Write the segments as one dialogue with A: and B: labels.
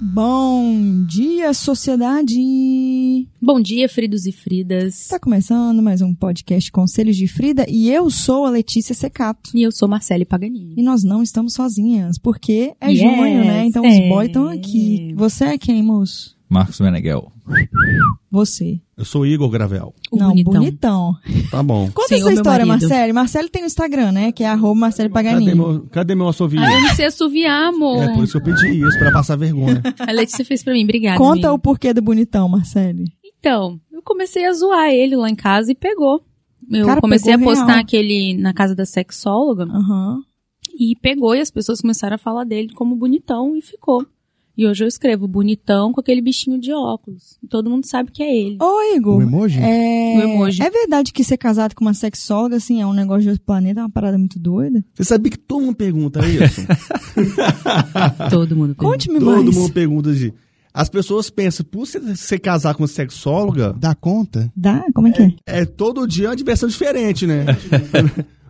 A: Bom dia, sociedade!
B: Bom dia, Fridos e Fridas.
A: Está começando mais um podcast Conselhos de Frida e eu sou a Letícia Secato.
B: E eu sou Marcele Paganini.
A: E nós não estamos sozinhas, porque é
B: Yes,
A: junho, né? Então os
B: é.
A: boys estão aqui. Você é quem, moço?
C: Marcos Meneghel.
A: Você.
D: Eu sou Igor Gravel.
B: O
A: não,
B: bonitão.
A: bonitão.
D: Tá bom.
A: Conta
B: Senhor,
A: essa
B: meu
A: história,
B: marido.
A: Marcele. Marcele tem no Instagram, né? Que é arroba Marcele
D: Cadê
A: Paganini.
D: meu, cadê meu assovio?
B: Ah, eu não sei assoviar, amor.
D: É por isso que eu pedi isso, pra passar vergonha.
B: A Letícia fez pra mim, obrigada.
A: Conta o
B: amiga.
A: porquê do bonitão, Marcele.
B: Então, eu comecei a zoar ele lá em casa e pegou. Eu
A: Cara,
B: comecei a
A: pegou
B: postar
A: real.
B: aquele na casa da sexóloga
A: Aham.
B: e pegou e as pessoas começaram a falar dele como bonitão e ficou. E hoje eu escrevo bonitão com aquele bichinho de óculos. Todo mundo sabe que é ele.
A: Ô, Igor.
E: Um
D: O emoji?
A: É...
B: O emoji.
A: é verdade que ser casado com uma sexóloga, assim, é um negócio de outro planeta, é uma parada muito doida?
D: Você sabia que todo mundo pergunta isso?
B: Todo mundo pergunta.
A: Conte-me mais.
D: todo mundo pergunta de. As pessoas pensam, por você se casar com uma sexóloga,
E: Dá conta?
A: Dá? Como é que é?
D: é todo dia uma diversão diferente, né?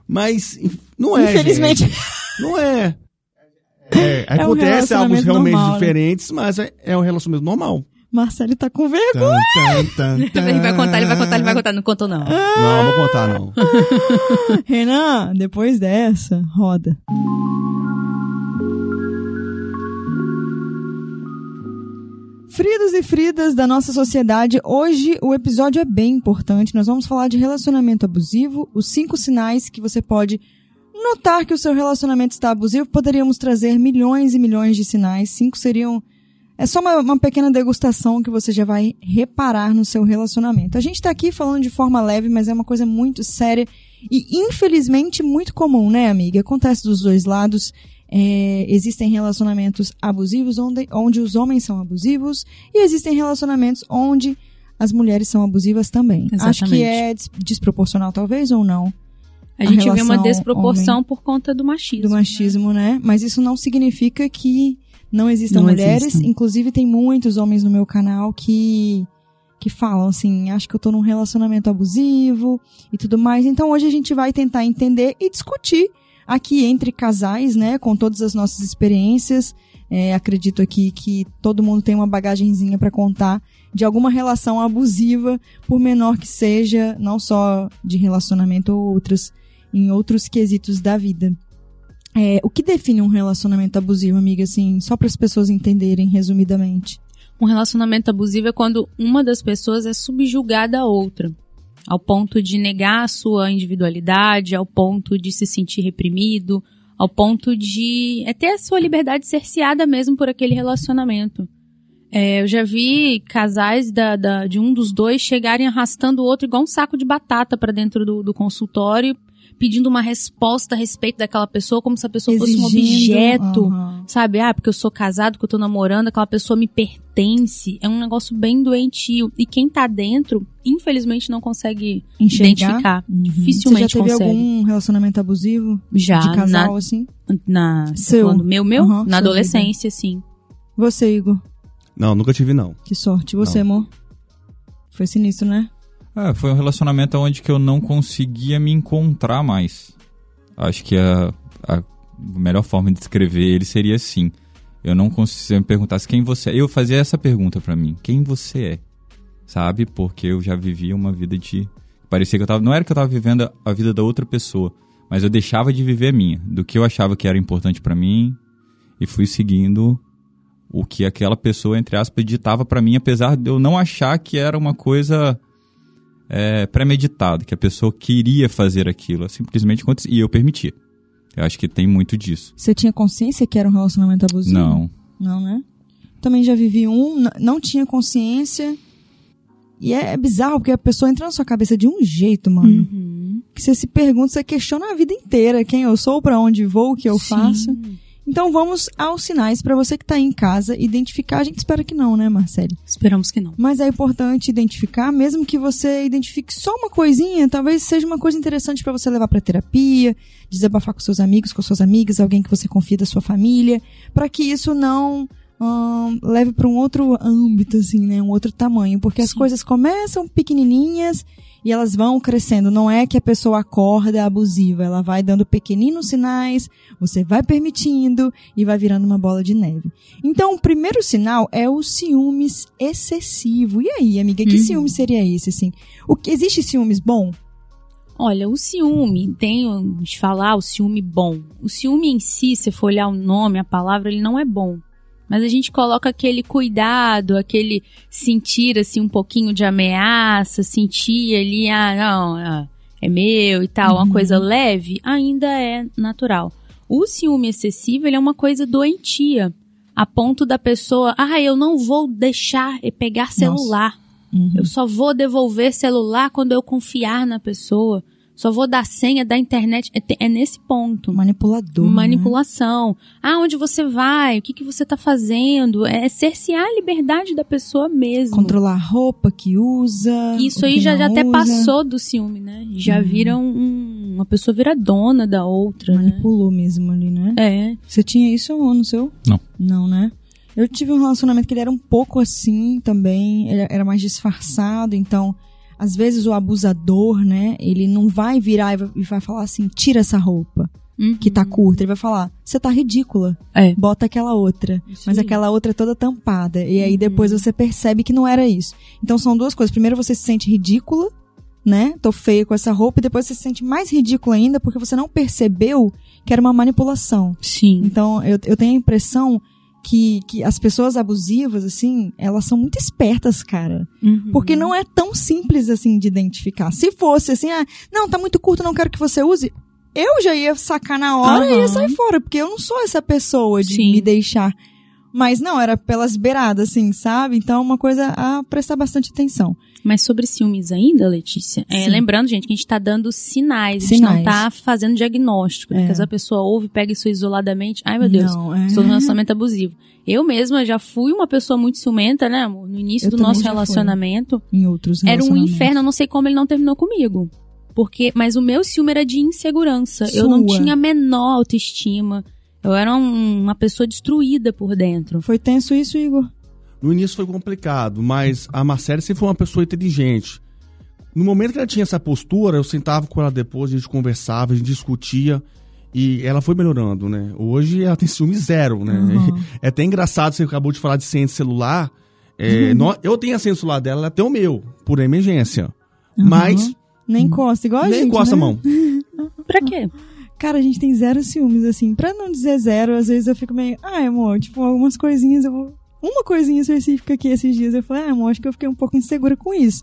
D: Mas inf- não é.
A: Infelizmente.
D: gente. Não é. É,
A: um
D: acontece algo
A: relacionamento
D: realmente
A: normal, né?
D: diferentes, mas é, é um relacionamento normal.
A: Marcelo tá com vergonha.
E: Tan, tan, tan, tan.
B: Ele vai contar, ele vai contar, ele vai contar. Não contou, não.
D: Não, não vou contar, não.
A: Renan, depois dessa, roda. Fridos e Fridas da nossa sociedade, hoje o episódio é bem importante. Nós vamos falar de relacionamento abusivo, os cinco sinais que você pode notar que o seu relacionamento está abusivo. Poderíamos trazer milhões e milhões de sinais. Cinco seriam. É só uma, uma pequena degustação que você já vai reparar no seu relacionamento. A gente está aqui falando de forma leve, mas é uma coisa muito séria e infelizmente muito comum, né, amiga? Acontece dos dois lados. É, existem relacionamentos abusivos onde, onde os homens são abusivos e existem relacionamentos onde as mulheres são abusivas também. Acho que
B: Exatamente.
A: é des- desproporcional, talvez, ou não,
B: A gente
A: A
B: vê uma
A: relação
B: desproporção por conta do machismo.
A: do machismo, né? Mas isso não significa que não existam
B: Não
A: mulheres.
B: existam.
A: Inclusive, tem muitos homens no meu canal que que falam assim, acho que eu tô num relacionamento abusivo e tudo mais. Então hoje a gente vai tentar entender e discutir aqui entre casais, né, com todas as nossas experiências. É, acredito aqui que todo mundo tem uma bagagenzinha pra contar de alguma relação abusiva, por menor que seja, não só de relacionamento ou outras, em outros quesitos da vida. É, o que define um relacionamento abusivo, amiga, assim, só para as pessoas entenderem resumidamente?
B: Um relacionamento abusivo é quando uma das pessoas é subjugada à outra, ao ponto de negar a sua individualidade, ao ponto de se sentir reprimido, ao ponto de até a sua liberdade cerceada mesmo por aquele relacionamento. É, eu já vi casais da- da- de um dos dois chegarem arrastando o outro igual um saco de batata para dentro do, do consultório, pedindo uma resposta a respeito daquela pessoa, como se a pessoa fosse um objeto.
A: Aham.
B: Sabe, ah, porque eu sou casado, que eu tô namorando, aquela pessoa me pertence. É um negócio bem doentio. E quem tá dentro, infelizmente, não consegue
A: Enxergar.
B: identificar.
A: Uhum.
B: Dificilmente
A: Você já teve
B: consegue.
A: algum relacionamento abusivo
B: Já
A: de casal, assim?
B: na. na
A: Seu.
B: falando meu, meu?
A: Aham,
B: na
A: sua
B: adolescência, sim.
A: Você, Igor.
D: Não, nunca tive, não.
A: Que sorte. Você, amor? Foi sinistro, né?
C: Ah, foi um relacionamento onde que eu não conseguia me encontrar mais. Acho que a, a melhor forma de descrever ele seria assim. Eu não conseguia me perguntasse quem você é. Eu fazia essa pergunta pra mim. Quem você é? Sabe? Porque eu já vivia uma vida de... Parecia que eu tava... Não era que eu tava vivendo a- a vida da outra pessoa. Mas eu deixava de viver a minha. Do que eu achava que era importante pra mim. E fui seguindo o que aquela pessoa, entre aspas, ditava pra mim. Apesar de eu não achar que era uma coisa é, premeditado, que a pessoa queria fazer aquilo. ela Simplesmente acontecia. E eu permitia. Eu acho que tem muito disso.
A: Você tinha consciência que era um relacionamento abusivo?
C: Não.
A: Não, né? Também já vivi um, n- não tinha consciência. E é, é bizarro, porque a pessoa entra na sua cabeça de um jeito, mano. Que você se pergunta, você questiona a vida inteira quem eu sou, pra onde vou, o que eu
B: Sim.
A: faço. Então vamos aos sinais pra você que tá aí em casa identificar. A gente espera que não, né, Marcele?
B: Esperamos que não.
A: Mas é importante identificar, mesmo que você identifique só uma coisinha, talvez seja uma coisa interessante pra você levar pra terapia, desabafar com seus amigos, com suas amigas, alguém que você confia da sua família, pra que isso não ahn, leve pra um outro âmbito, assim, né? Um outro tamanho, porque as
B: Sim.
A: coisas começam pequenininhas e elas vão crescendo. Não é que a pessoa acorda abusiva, ela vai dando pequeninos sinais, você vai permitindo e vai virando uma bola de neve. Então, o primeiro sinal é o ciúmes excessivo. E aí, amiga, que
B: Uhum.
A: ciúme seria esse, assim? O que, existe ciúmes bom?
B: Olha, o ciúme, tenho de falar o ciúme bom. O ciúme em si, se for olhar o nome, a palavra, ele não é bom. Mas a gente coloca aquele cuidado, aquele sentir assim um pouquinho de ameaça, sentir ali, ah, não, ah, é meu e tal,
A: Uhum.
B: uma coisa leve, ainda é natural. O ciúme excessivo, ele é uma coisa doentia, a ponto da pessoa, ah, eu não vou deixar eh, pegar celular. Eu só vou devolver celular quando eu confiar na pessoa. Só vou dar senha da internet. É, te- é nesse ponto.
A: Manipulador. né?
B: Manipulação. Ah, onde você vai? O que, que você tá fazendo? É cercear a liberdade da pessoa mesmo.
A: Controlar a roupa que usa. o
B: Isso
A: que
B: aí já,
A: não
B: já até
A: usa.
B: passou do ciúme, né? Já
A: Hum.
B: vira um- uma pessoa vira dona da outra, né?
A: Manipulou mesmo ali, né?
B: É.
A: Você tinha isso ou no seu?
C: Não.
A: Não, né? Eu tive um relacionamento que ele era um pouco assim também, ele era mais disfarçado, então às vezes o abusador, né, ele não vai virar e vai- e vai falar assim, tira essa roupa
B: Uhum.
A: que tá curta, ele vai falar, você tá ridícula,
B: É.
A: bota aquela outra,
B: Isso
A: mas
B: aí.
A: aquela outra é toda tampada, e aí depois você percebe que não era isso. Então são duas coisas, primeiro você se sente ridícula, né, tô feia com essa roupa, e depois você se sente mais ridícula ainda porque você não percebeu que era uma manipulação.
B: Sim.
A: Então, eu, eu tenho a impressão que, que as pessoas abusivas, assim, elas são muito espertas, cara.
B: Uhum.
A: Porque não é tão simples, assim, de identificar. Se fosse assim, ah, não, tá muito curto, não quero que você use. Eu já ia sacar na hora e ia
B: Aham.
A: sair fora, porque eu não sou essa pessoa de
B: Sim.
A: me deixar. Mas não, era pelas beiradas, assim, sabe? Então, é uma coisa a prestar bastante atenção.
B: Mas sobre ciúmes ainda, Letícia? é,
A: Sim.
B: lembrando, gente, que a gente tá dando sinais,
A: Sinais.
B: a gente não tá fazendo diagnóstico, né?
A: É.
B: Porque essa pessoa ouve, pega isso isoladamente. Ai, meu Deus,
A: Não, é.
B: sou um relacionamento abusivo. Eu mesma já fui uma pessoa muito ciumenta, né, amor? No início
A: Eu
B: do
A: também
B: nosso
A: já fui.
B: relacionamento.
A: Em outros
B: Era um
A: relacionamentos.
B: inferno, eu não sei como ele não terminou comigo. Porque, mas o meu ciúme era de insegurança. Eu
A: Sua.
B: não tinha a menor autoestima. Eu era um- uma pessoa destruída por dentro.
A: Foi tenso isso, Igor?
D: No início foi complicado, mas a Marcela sempre foi uma pessoa inteligente. No momento que ela tinha essa postura, eu sentava com ela depois, a gente conversava, a gente discutia e ela foi melhorando, né? Hoje ela tem ciúme zero, né?
A: Uhum.
D: É até engraçado, você acabou de falar de senha de celular.
A: Uhum.
D: É, nó- eu tenho a senha do celular dela, ela tem o meu, por emergência.
A: Uhum.
D: Mas Hum.
A: Nem encosta, igual a
D: nem
A: gente,
D: encosta
A: né?
D: a mão.
B: Pra quê?
A: Cara, a gente tem zero ciúmes, assim. Pra não dizer zero, às vezes eu fico meio. Ai, amor, tipo, algumas coisinhas eu vou. Uma coisinha específica aqui esses dias eu falei, ah, amor, acho que eu fiquei um pouco insegura com isso.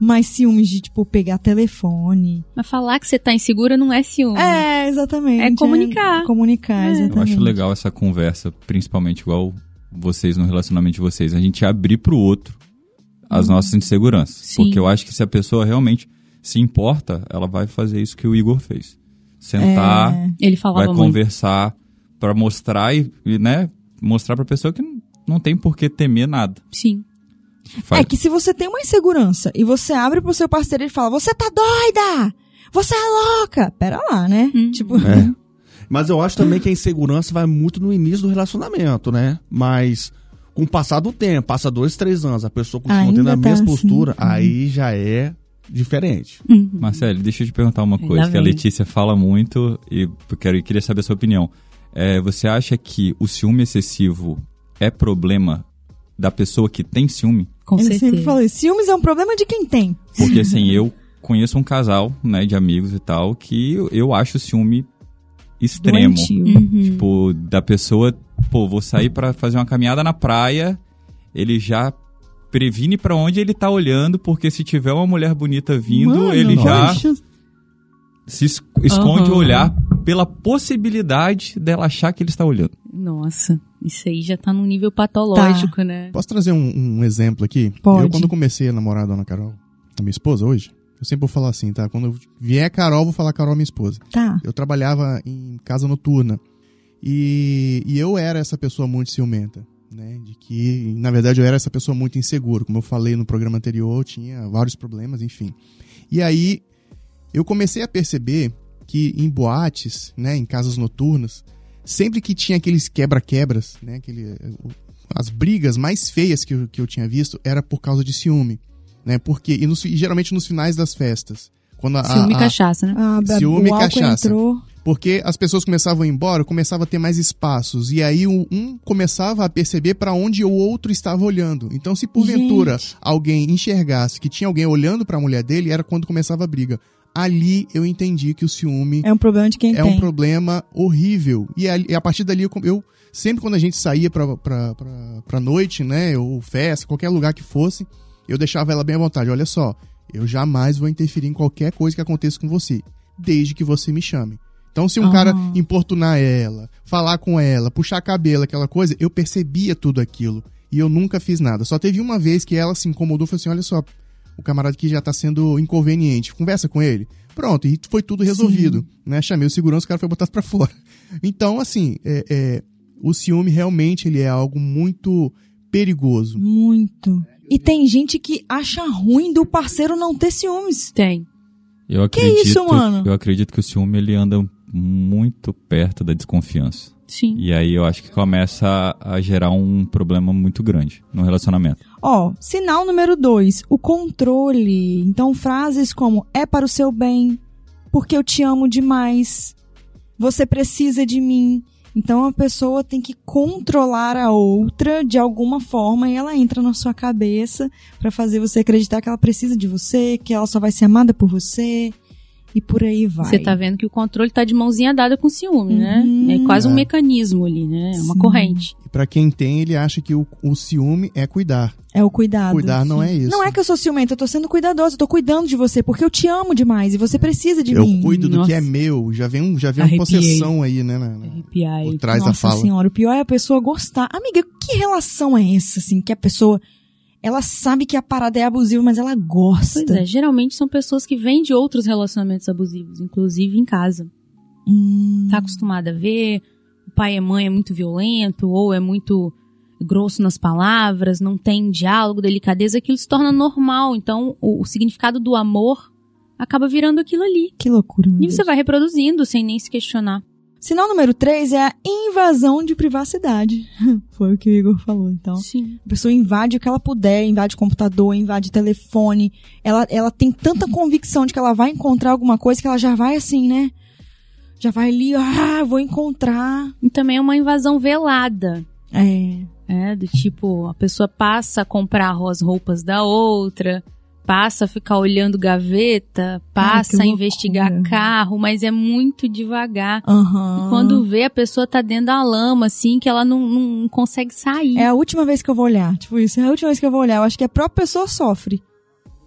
A: Mas ciúmes de, tipo, pegar telefone.
B: Mas falar que você tá insegura não é ciúme.
A: É, exatamente.
B: É comunicar.
A: comunicar,
B: É.
A: exatamente.
C: Eu acho legal essa conversa, principalmente igual vocês no relacionamento de vocês, a gente abrir pro outro as
A: Uhum.
C: nossas inseguranças.
B: Sim.
C: Porque eu acho que se a pessoa realmente se importa, ela vai fazer isso que o Igor
A: É,
C: fez. Sentar,
B: Ele
C: vai
B: falava muito.
C: conversar pra mostrar e, e, né, mostrar pra pessoa que n- não tem por que temer nada.
B: Sim.
C: Fa-
A: É que se você tem uma insegurança e você abre pro seu parceiro e ele fala, você tá doida! Você é louca! Pera lá, né?
B: Uhum.
A: Tipo,
D: É. Mas eu acho também que a insegurança vai muito no início do relacionamento, né? Mas com o passar do tempo, passa dois, três anos, a pessoa continua
A: Ainda
D: tendo a
A: tá
D: mesma
A: assim,
D: postura,
A: uhum.
D: aí já é diferente.
B: Uhum.
C: Marcelo, deixa eu te perguntar uma
B: Ainda
C: coisa que a
B: bem.
C: Letícia fala muito e eu quero, eu queria saber a sua opinião. É, você acha que o ciúme excessivo é problema da pessoa que tem ciúme?
B: Com
A: ele
B: certeza.
A: sempre falou, isso. ciúmes é um problema de quem tem.
C: Porque assim, eu conheço um casal, né, de amigos e tal, que eu- eu acho ciúme extremo.
A: Doentio.
B: Uhum.
C: Tipo, da pessoa, pô, vou sair pra fazer uma caminhada na praia, ele já previne pra onde ele tá olhando, porque se tiver uma mulher bonita vindo,
A: Mano,
C: ele já
A: poxa,
C: se es- esconde
B: Aham.
C: o olhar pela possibilidade dela achar que ele está olhando.
B: Nossa, isso aí já tá num nível patológico,
A: Tá.
B: né?
E: Posso trazer um, um exemplo aqui?
A: Pode.
E: Eu, quando comecei a namorar a dona Carol, a minha esposa hoje, eu sempre vou falar assim, tá? Quando eu vier Carol, eu vou falar Carol, minha esposa.
A: Tá.
E: Eu trabalhava em casa noturna. E, e eu era essa pessoa muito ciumenta, né? De que, na verdade, eu era essa pessoa muito insegura. Como eu falei no programa anterior, eu tinha vários problemas, enfim. E aí, eu comecei a perceber que em boates, né? Em casas noturnas, sempre que tinha aqueles quebra-quebras, né? Aquele, as brigas mais feias que eu, que eu tinha visto era por causa de ciúme. Né? Porque, e, nos fi- e geralmente nos finais das festas. Quando a,
B: Ciúme e
E: a-
B: cachaça, né?
A: Ah, be-
E: Ciúme e
A: o álcool
E: cachaça.
A: entrou.
E: porque as pessoas começavam a ir embora, começava a ter mais espaços. E aí o- um começava a perceber para onde o outro estava olhando. Então, se porventura
A: Gente.
E: alguém enxergasse que tinha alguém olhando para a mulher dele, era quando começava a briga. Ali eu entendi que o ciúme
A: É um problema de quem
E: é
A: tem.
E: um problema horrível. E a, e a partir dali, eu, com- eu- sempre quando a gente saía pra, pra, pra, pra noite, né, ou festa, qualquer lugar que fosse, eu deixava ela bem à vontade. Olha só, eu jamais vou interferir em qualquer coisa que aconteça com você, desde que você me chame. Então, se um
A: Ah.
E: cara importunar ela, falar com ela, puxar cabelo, aquela coisa, eu percebia tudo aquilo. E eu nunca fiz nada. Só teve uma vez que ela se incomodou e falou assim: olha só, o camarada que já tá sendo inconveniente, conversa com ele. Pronto, e foi tudo resolvido. Né? Chamei o segurança, o cara foi botado pra fora. Então, assim, é- é, o ciúme realmente ele é algo muito perigoso.
A: Muito. E tem gente que acha ruim do parceiro não ter ciúmes.
B: Tem.
C: Eu
A: Que
C: acredito,
A: isso, mano?
C: Eu acredito que o ciúme ele anda muito perto da desconfiança.
B: Sim.
C: E aí eu acho que começa a, a gerar um problema muito grande no relacionamento.
A: Ó, sinal número dois, o controle. Então, frases como é para o seu bem, porque eu te amo demais, você precisa de mim. Então, a pessoa tem que controlar a outra de alguma forma e ela entra na sua cabeça pra fazer você acreditar que ela precisa de você, que ela só vai ser amada por você e por aí vai.
B: Você tá vendo que o controle tá de mãozinha dada com ciúme,
A: Uhum.
B: né? É quase um
E: É.
B: mecanismo ali, né? É uma
A: Sim.
B: corrente.
E: E pra quem tem, ele acha que o, o ciúme é cuidar.
A: É o cuidado.
E: Cuidar não é isso.
A: Não é que eu sou ciumenta, eu tô sendo cuidadosa, eu tô cuidando de você, porque eu te amo demais e você precisa de
E: É. eu
A: mim.
E: cuido do
B: Nossa.
E: que é meu. Já vem, um, já vem uma
B: Arrepiei.
E: possessão aí, né? na-
B: É.
E: na-
B: Arrepiar.
E: por trás da
A: Nossa
E: fala.
A: senhora, o pior é a pessoa gostar. Amiga, que relação é essa, assim, que a pessoa, ela sabe que a parada é abusiva, mas ela
B: Pois
A: gosta.
B: é, geralmente são pessoas que vêm de outros relacionamentos abusivos, inclusive em casa.
A: Hum,
B: Tá acostumada a ver, o pai e a mãe é muito violento, ou é muito grosso nas palavras, não tem diálogo, delicadeza, aquilo se torna normal. Então, o, o significado do amor acaba virando aquilo ali.
A: que loucura. meu
B: E você
A: Deus.
B: vai reproduzindo sem nem se questionar.
A: Sinal número 3 é a invasão de privacidade. Foi o que o Igor falou, então.
B: Sim.
A: A pessoa invade o que ela puder, invade computador, invade telefone. Ela, ela tem tanta convicção de que ela vai encontrar alguma coisa que ela já vai assim, né? Já vai ali, ah, vou encontrar.
B: E também é uma invasão velada.
A: É.
B: É, do tipo, a pessoa passa a comprar as roupas da outra, passa a ficar olhando gaveta, passa a
A: loucura.
B: investigar carro, mas é muito devagar.
A: Aham.
B: E quando vê, a pessoa tá dentro da lama, assim, que ela não, não consegue sair.
A: É a última vez que eu vou olhar. Tipo isso, é a última vez que eu vou olhar. Eu acho que a própria pessoa sofre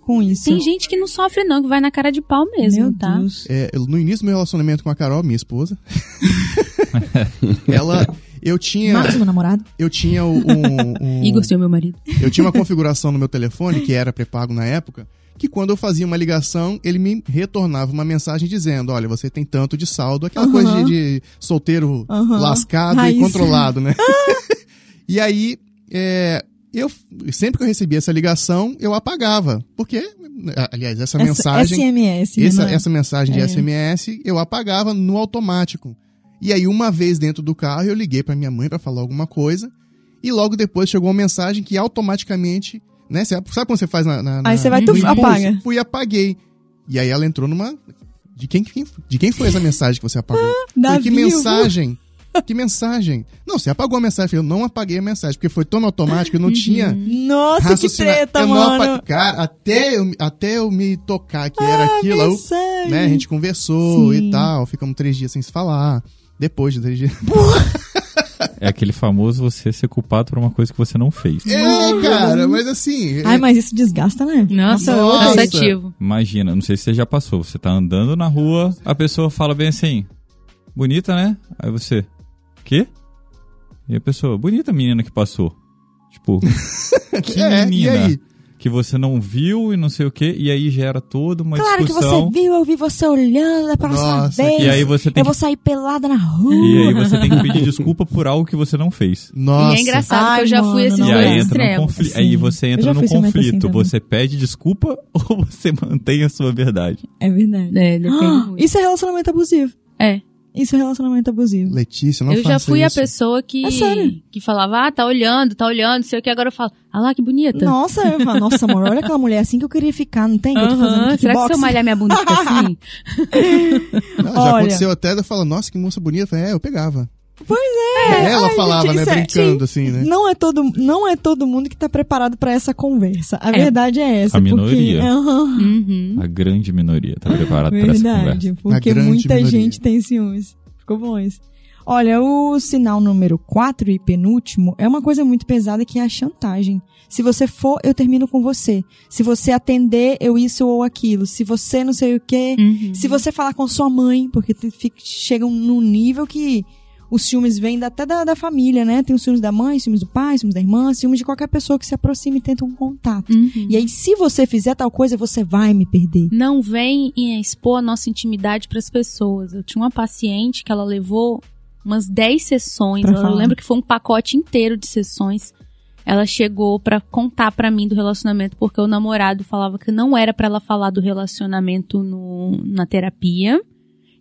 A: com isso.
B: Tem gente que não sofre, não, que vai na cara de pau mesmo,
A: Meu
B: tá?
A: Deus.
E: É, eu- no início do meu relacionamento com a Carol, minha esposa, ela. Eu tinha,
A: Mata meu namorado.
E: eu tinha um, um-
B: Igor,
A: é
B: seu meu marido.
E: eu tinha uma configuração no meu telefone, que era pré-pago na época, que quando eu fazia uma ligação, ele me retornava uma mensagem dizendo: Olha, você tem tanto de saldo, aquela
A: Aham.
E: coisa de, de solteiro
A: Aham.
E: lascado
A: Raiz.
E: e controlado, né? e aí, é, eu sempre que eu recebia essa ligação, eu apagava. Porque, né, aliás,
A: Essa-
E: essa, mensagem.
A: SMS. né,
E: Essa,
A: não é?
E: essa mensagem de
A: É.
E: SMS eu apagava no automático. E aí, uma vez dentro do carro, eu liguei pra minha mãe pra falar alguma coisa. E logo depois chegou uma mensagem que automaticamente. Né, cê- sabe quando você faz na. na- na-
A: Aí você vai,
E: no
A: tu
E: impulso?
A: apaga.
E: Fui e apaguei. E aí ela entrou numa. De quem, quem- de quem foi essa mensagem que você apagou? Foi,
A: Ah, Davi,
E: que mensagem? Que mensagem? Não, você apagou a mensagem. Eu não apaguei a mensagem, porque foi tão automático, eu não tinha
A: Nossa, que
E: raciocina-
A: treta,
E: eu não apa-
A: mano. Ah,
E: Cara, até eu, até eu me tocar que era aquilo, eu-
A: Mensagem.
E: né, a gente conversou
A: Sim.
E: e tal, ficamos três dias sem se falar. Depois de três dias.
C: É aquele famoso você ser culpado por uma coisa que você não fez.
E: É, cara, mas assim.
A: Ai, mas isso desgasta, né?
B: Nossa, tá
E: eu odeio.
B: cansativo.
C: Imagina, não sei se você já passou, você tá andando na rua, a pessoa fala bem assim, bonita, né? Aí você, quê? E a pessoa, bonita a menina que passou. Tipo, que
E: é, e
C: menina
E: aí?
C: que você não viu e não sei o quê, e aí gera toda uma
A: Claro que você
C: discussão.
A: viu, eu vi você olhando, é a próxima
E: Nossa,
A: vez.
C: E aí você tem
A: eu
C: que,
A: vou sair pelada na rua.
C: e aí você tem que pedir desculpa por algo que você não fez.
E: Nossa.
B: E é engraçado que
A: Ai,
B: eu já
A: mano,
B: fui assim, esses
A: não.
C: E
B: dois
C: aí entra no
B: extremos.
C: conflito.
A: Sim.
C: Aí você
A: Eu já
C: entra no
A: fui ciumenta assim
C: conflito.
A: também.
C: você pede desculpa ou você mantém a sua verdade?
A: É verdade.
B: É, depende muito.
A: Isso é relacionamento abusivo.
B: É.
A: Isso é relacionamento abusivo.
E: Letícia, não
B: eu
E: faça
B: já fui
E: isso.
B: a pessoa que,
A: É sério.
B: que falava, ah, tá olhando, tá olhando, sei o que. Agora eu falo, ah lá, que bonita.
A: Nossa, eu falo, nossa, amor, olha aquela mulher assim que eu queria ficar, não tem? Que eu tô fazendo
B: Aham, Será que se eu
A: um kickboxing.
B: malhar minha bunda fica assim?
E: Não, já
A: Olha.
E: aconteceu até, ela fala, nossa, que moça bonita. Eu falei, é, eu pegava. Pois
A: É,
E: Ela
A: ai,
E: falava,
A: gente,
E: né,
A: isso é-
E: brincando assim, né?
A: Não é todo, não é todo mundo que tá preparado pra essa conversa. A
B: É.
A: verdade é essa.
C: A minoria.
A: Porque, Aham,
B: Uhum.
C: A grande minoria tá preparada para essa conversa.
A: verdade, porque
E: grande
A: muita
E: minoria.
A: gente tem ciúmes. Ficou bom isso. Olha, o sinal número 4 e penúltimo é uma coisa muito pesada que é a chantagem. Se você for, eu termino com você. Se você atender, eu isso ou aquilo. Se você não sei o quê,
B: Uhum.
A: Se você falar com sua mãe, porque te- fi- chegam num nível que os ciúmes vêm da- até da, da família, né? Tem os ciúmes da mãe, ciúmes do pai, ciúmes da irmã, ciúmes de qualquer pessoa que se aproxime e tenta um contato.
B: Uhum.
A: E aí, se você fizer tal coisa, você vai me perder.
B: não vem em expor a nossa intimidade para as pessoas. Eu tinha uma paciente que ela levou umas 10 sessões.
A: Pra
B: Ela, eu
A: falar.
B: lembro que foi um pacote inteiro de sessões. Ela chegou para contar para mim do relacionamento porque o namorado falava que não era para ela falar do relacionamento no- na terapia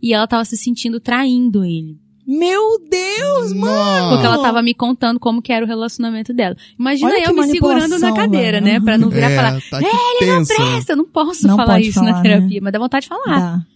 B: e ela tava se sentindo traindo ele.
A: Meu Deus! Ah.
E: Nossa.
B: Porque ela tava me contando como que era o relacionamento dela. Imagina
A: Olha que
B: eu me segurando na
A: manipulação,
B: cadeira,
A: mano.
B: né? Pra não virar e
E: é,
B: falar,
E: tá que tensa.
B: presta, eu não posso
A: Não
B: falar
A: pode
B: isso
A: falar, né?
B: na terapia, mas dá vontade de falar.
A: Dá.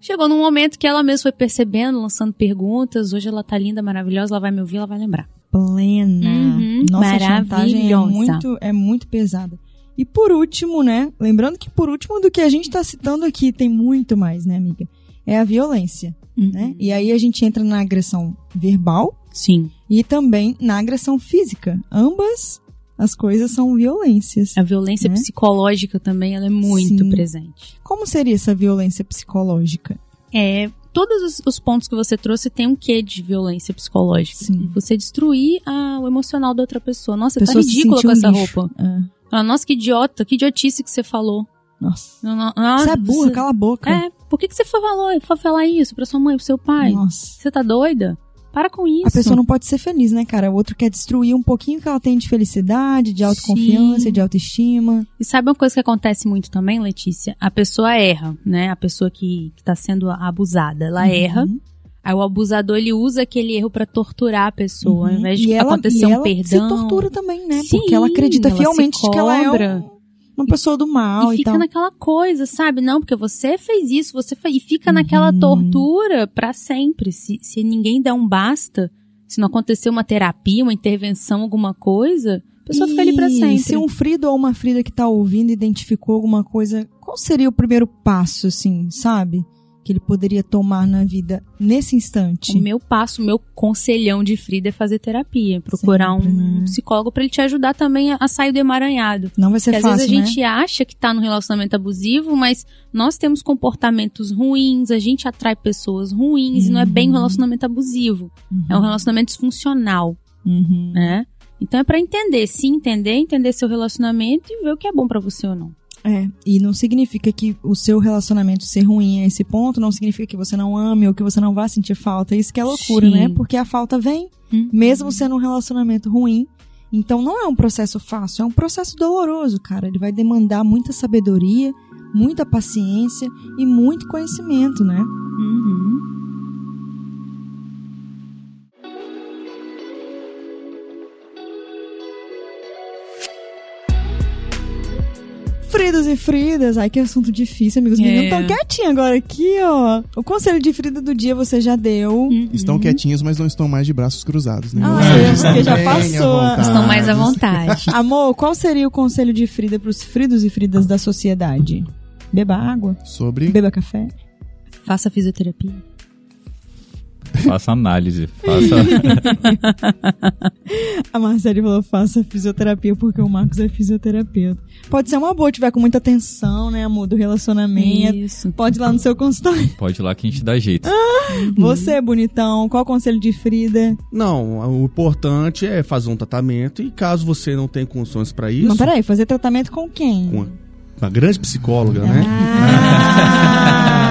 B: Chegou num momento que ela mesma foi percebendo, lançando perguntas. Hoje ela tá linda, maravilhosa, ela vai me ouvir, ela vai lembrar.
A: Plena.
B: Uhum,
A: Nossa, a chantagem é
B: maravilhosa.
A: muito, é muito pesada. E por último, né? Lembrando que por último do que a gente tá citando aqui, tem muito mais, né, amiga? É a violência,
B: Uhum.
A: né? E aí a gente entra na agressão verbal,
B: Sim.
A: e também na agressão física. Ambas as coisas são violências.
B: A violência
A: Né?
B: psicológica também, ela é muito
A: Sim.
B: presente.
A: Como seria essa violência psicológica?
B: É, todos os, os pontos que você trouxe tem um quê de violência psicológica.
A: Sim.
B: Você destruir a- o emocional da outra pessoa. Nossa,
A: Pessoa
B: tá
A: se
B: ridícula
A: sentir
B: com
A: um
B: essa
A: lixo.
B: roupa.
A: Ah,
B: Fala, Nossa, que idiota, que idiotice que você falou.
A: nossa.
B: Não, não, não,
A: você é burra,
B: você-
A: cala a boca.
B: É, por que, que você foi falar, foi falar isso pra sua mãe, pro seu pai?
A: Nossa.
B: Você tá doida? Para com isso.
A: A pessoa não pode ser feliz, né, cara? O outro quer destruir um pouquinho que ela tem de felicidade, de autoconfiança,
B: Sim.
A: de autoestima.
B: E sabe uma coisa que acontece muito também, Letícia? A pessoa erra, né? A pessoa que, que tá sendo abusada, ela erra.
A: Uhum.
B: Aí o abusador, ele usa aquele erro pra torturar a pessoa, ao
A: Uhum.
B: invés
A: e
B: de
A: ela,
B: acontecer
A: e
B: um
A: ela
B: perdão.
A: se tortura também, né?
B: Sim,
A: Porque ela acredita
B: ela se
A: fielmente que ela é
B: cobra.
A: um- uma pessoa do mal
B: e
A: e,
B: fica
A: tal.
B: naquela coisa, sabe? Não, porque você fez isso, você fez... E fica naquela
A: Uhum.
B: tortura pra sempre. Se, se ninguém der um basta, se não acontecer uma terapia, uma intervenção, alguma coisa, a pessoa fica ali pra
A: E
B: sempre.
A: Se um Frido ou uma Frida que tá ouvindo identificou alguma coisa, qual seria o primeiro passo, assim, sabe? Que ele poderia tomar na vida nesse
B: O
A: instante?
B: meu passo, o meu conselhão de Frida é fazer terapia, procurar
A: Sempre,
B: um
A: né?
B: psicólogo pra ele te ajudar também a, a sair do emaranhado.
A: Não vai ser
B: Porque às
A: fácil,
B: vezes a
A: né?
B: gente acha que tá no relacionamento abusivo, mas nós temos comportamentos ruins, a gente atrai pessoas ruins e não é bem um
A: Uhum.
B: relacionamento abusivo. É um relacionamento disfuncional,
A: Uhum.
B: né? Então é pra entender, se entender, entender seu relacionamento e ver o que é bom pra você ou não.
A: É, e não significa que o seu relacionamento ser ruim a esse ponto, não significa que você não ame ou que você não vá sentir falta. Isso que é loucura,
B: Sim.
A: né? Porque a falta vem,
B: Uhum.
A: mesmo sendo um relacionamento ruim. Então não é um processo fácil, é um processo doloroso, cara. Ele vai demandar muita sabedoria, muita paciência e muito conhecimento, né?
B: Uhum.
A: Fridos e Fridas, ai que assunto difícil, amigos. Os
B: É.
A: meninos estão quietinhos agora aqui, ó. O conselho de Frida do dia você já deu.
E: Estão
B: Uhum.
E: quietinhas, mas não estão mais de braços cruzados, né?
A: Ah,
E: Ou seja,
A: é, porque já
E: bem à
A: passou.
E: vontade.
B: Estão
A: Ah,
B: mais à vontade.
A: Amor, qual seria o conselho de Frida pros Fridos e Fridas da sociedade? Beba água,
E: Sobre
A: beba café.
B: Faça fisioterapia.
C: Faça análise, faça
A: A Marcele falou: faça fisioterapia porque o Marcos é fisioterapeuta. Pode ser uma boa, tiver com muita tensão, né, amor, do relacionamento.
B: Isso.
A: Pode ir lá no seu consultório.
C: pode ir lá que a gente dá jeito.
D: Uhum.
A: Você, bonitão, qual o conselho de Frida?
D: Não, o importante é fazer um tratamento e caso você não tenha condições pra isso,
A: Mas peraí, fazer tratamento com quem?
D: com uma grande psicóloga, né?
A: Ah!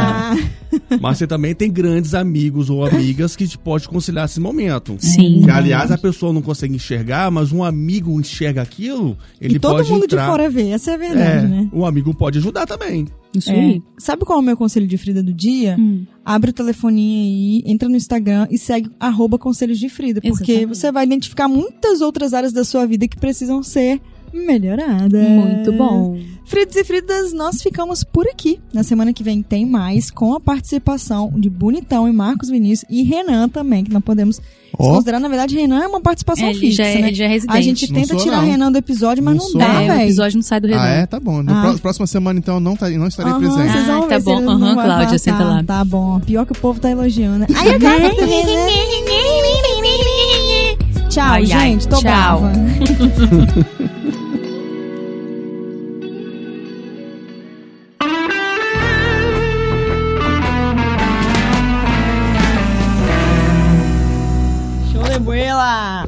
D: Mas você também tem grandes amigos ou amigas que te pode conciliar esse momento.
B: Sim.
D: Que, aliás, a pessoa não consegue enxergar, mas um amigo enxerga aquilo, ele
A: e todo
D: pode
A: mundo
D: entrar.
A: de fora vê, essa é a verdade,
D: é,
A: né?
D: um amigo pode ajudar também.
B: Isso
A: É.
B: aí.
A: Sabe qual é o meu conselho de Frida do dia?
B: Hum.
A: Abre o telefoninho aí, entra no Instagram e segue arroba conselhos de Frida, porque
B: Exatamente.
A: você vai identificar muitas outras áreas da sua vida que precisam ser melhoradas.
B: Muito bom.
A: Fridos e Fridas, nós ficamos por aqui. Na semana que vem tem mais, com a participação de Bonitão e Marcos Vinícius e Renan também, que não podemos
E: Ó,
A: considerar. Na verdade, Renan é uma participação
B: É, ele,
A: fixa,
B: já é,
A: né?
B: ele já é residente.
A: A gente tá,
E: Não
A: tenta
E: sou,
A: tirar
E: não.
A: Renan do episódio, mas
E: Não
A: não,
E: sou,
A: dá,
E: não.
B: é, o
A: velho.
B: episódio não sai do redondo.
E: ah, é? Tá bom. No
A: Ah.
E: pró- Próxima semana, então, não, tá, não estarei
A: Aham,
E: presente.
A: vocês vão
B: Ah,
A: ver
B: tá
A: se
B: bom.
A: ele não
B: Aham,
A: vai
B: Cláudia,
A: passar.
B: senta lá.
A: Tá bom. Pior que o povo tá elogiando. né? Ai, eu gosto do Renan. Tchau,
B: Ai, ai,
A: gente. Tô
B: tchau.
A: brava. Show de bola!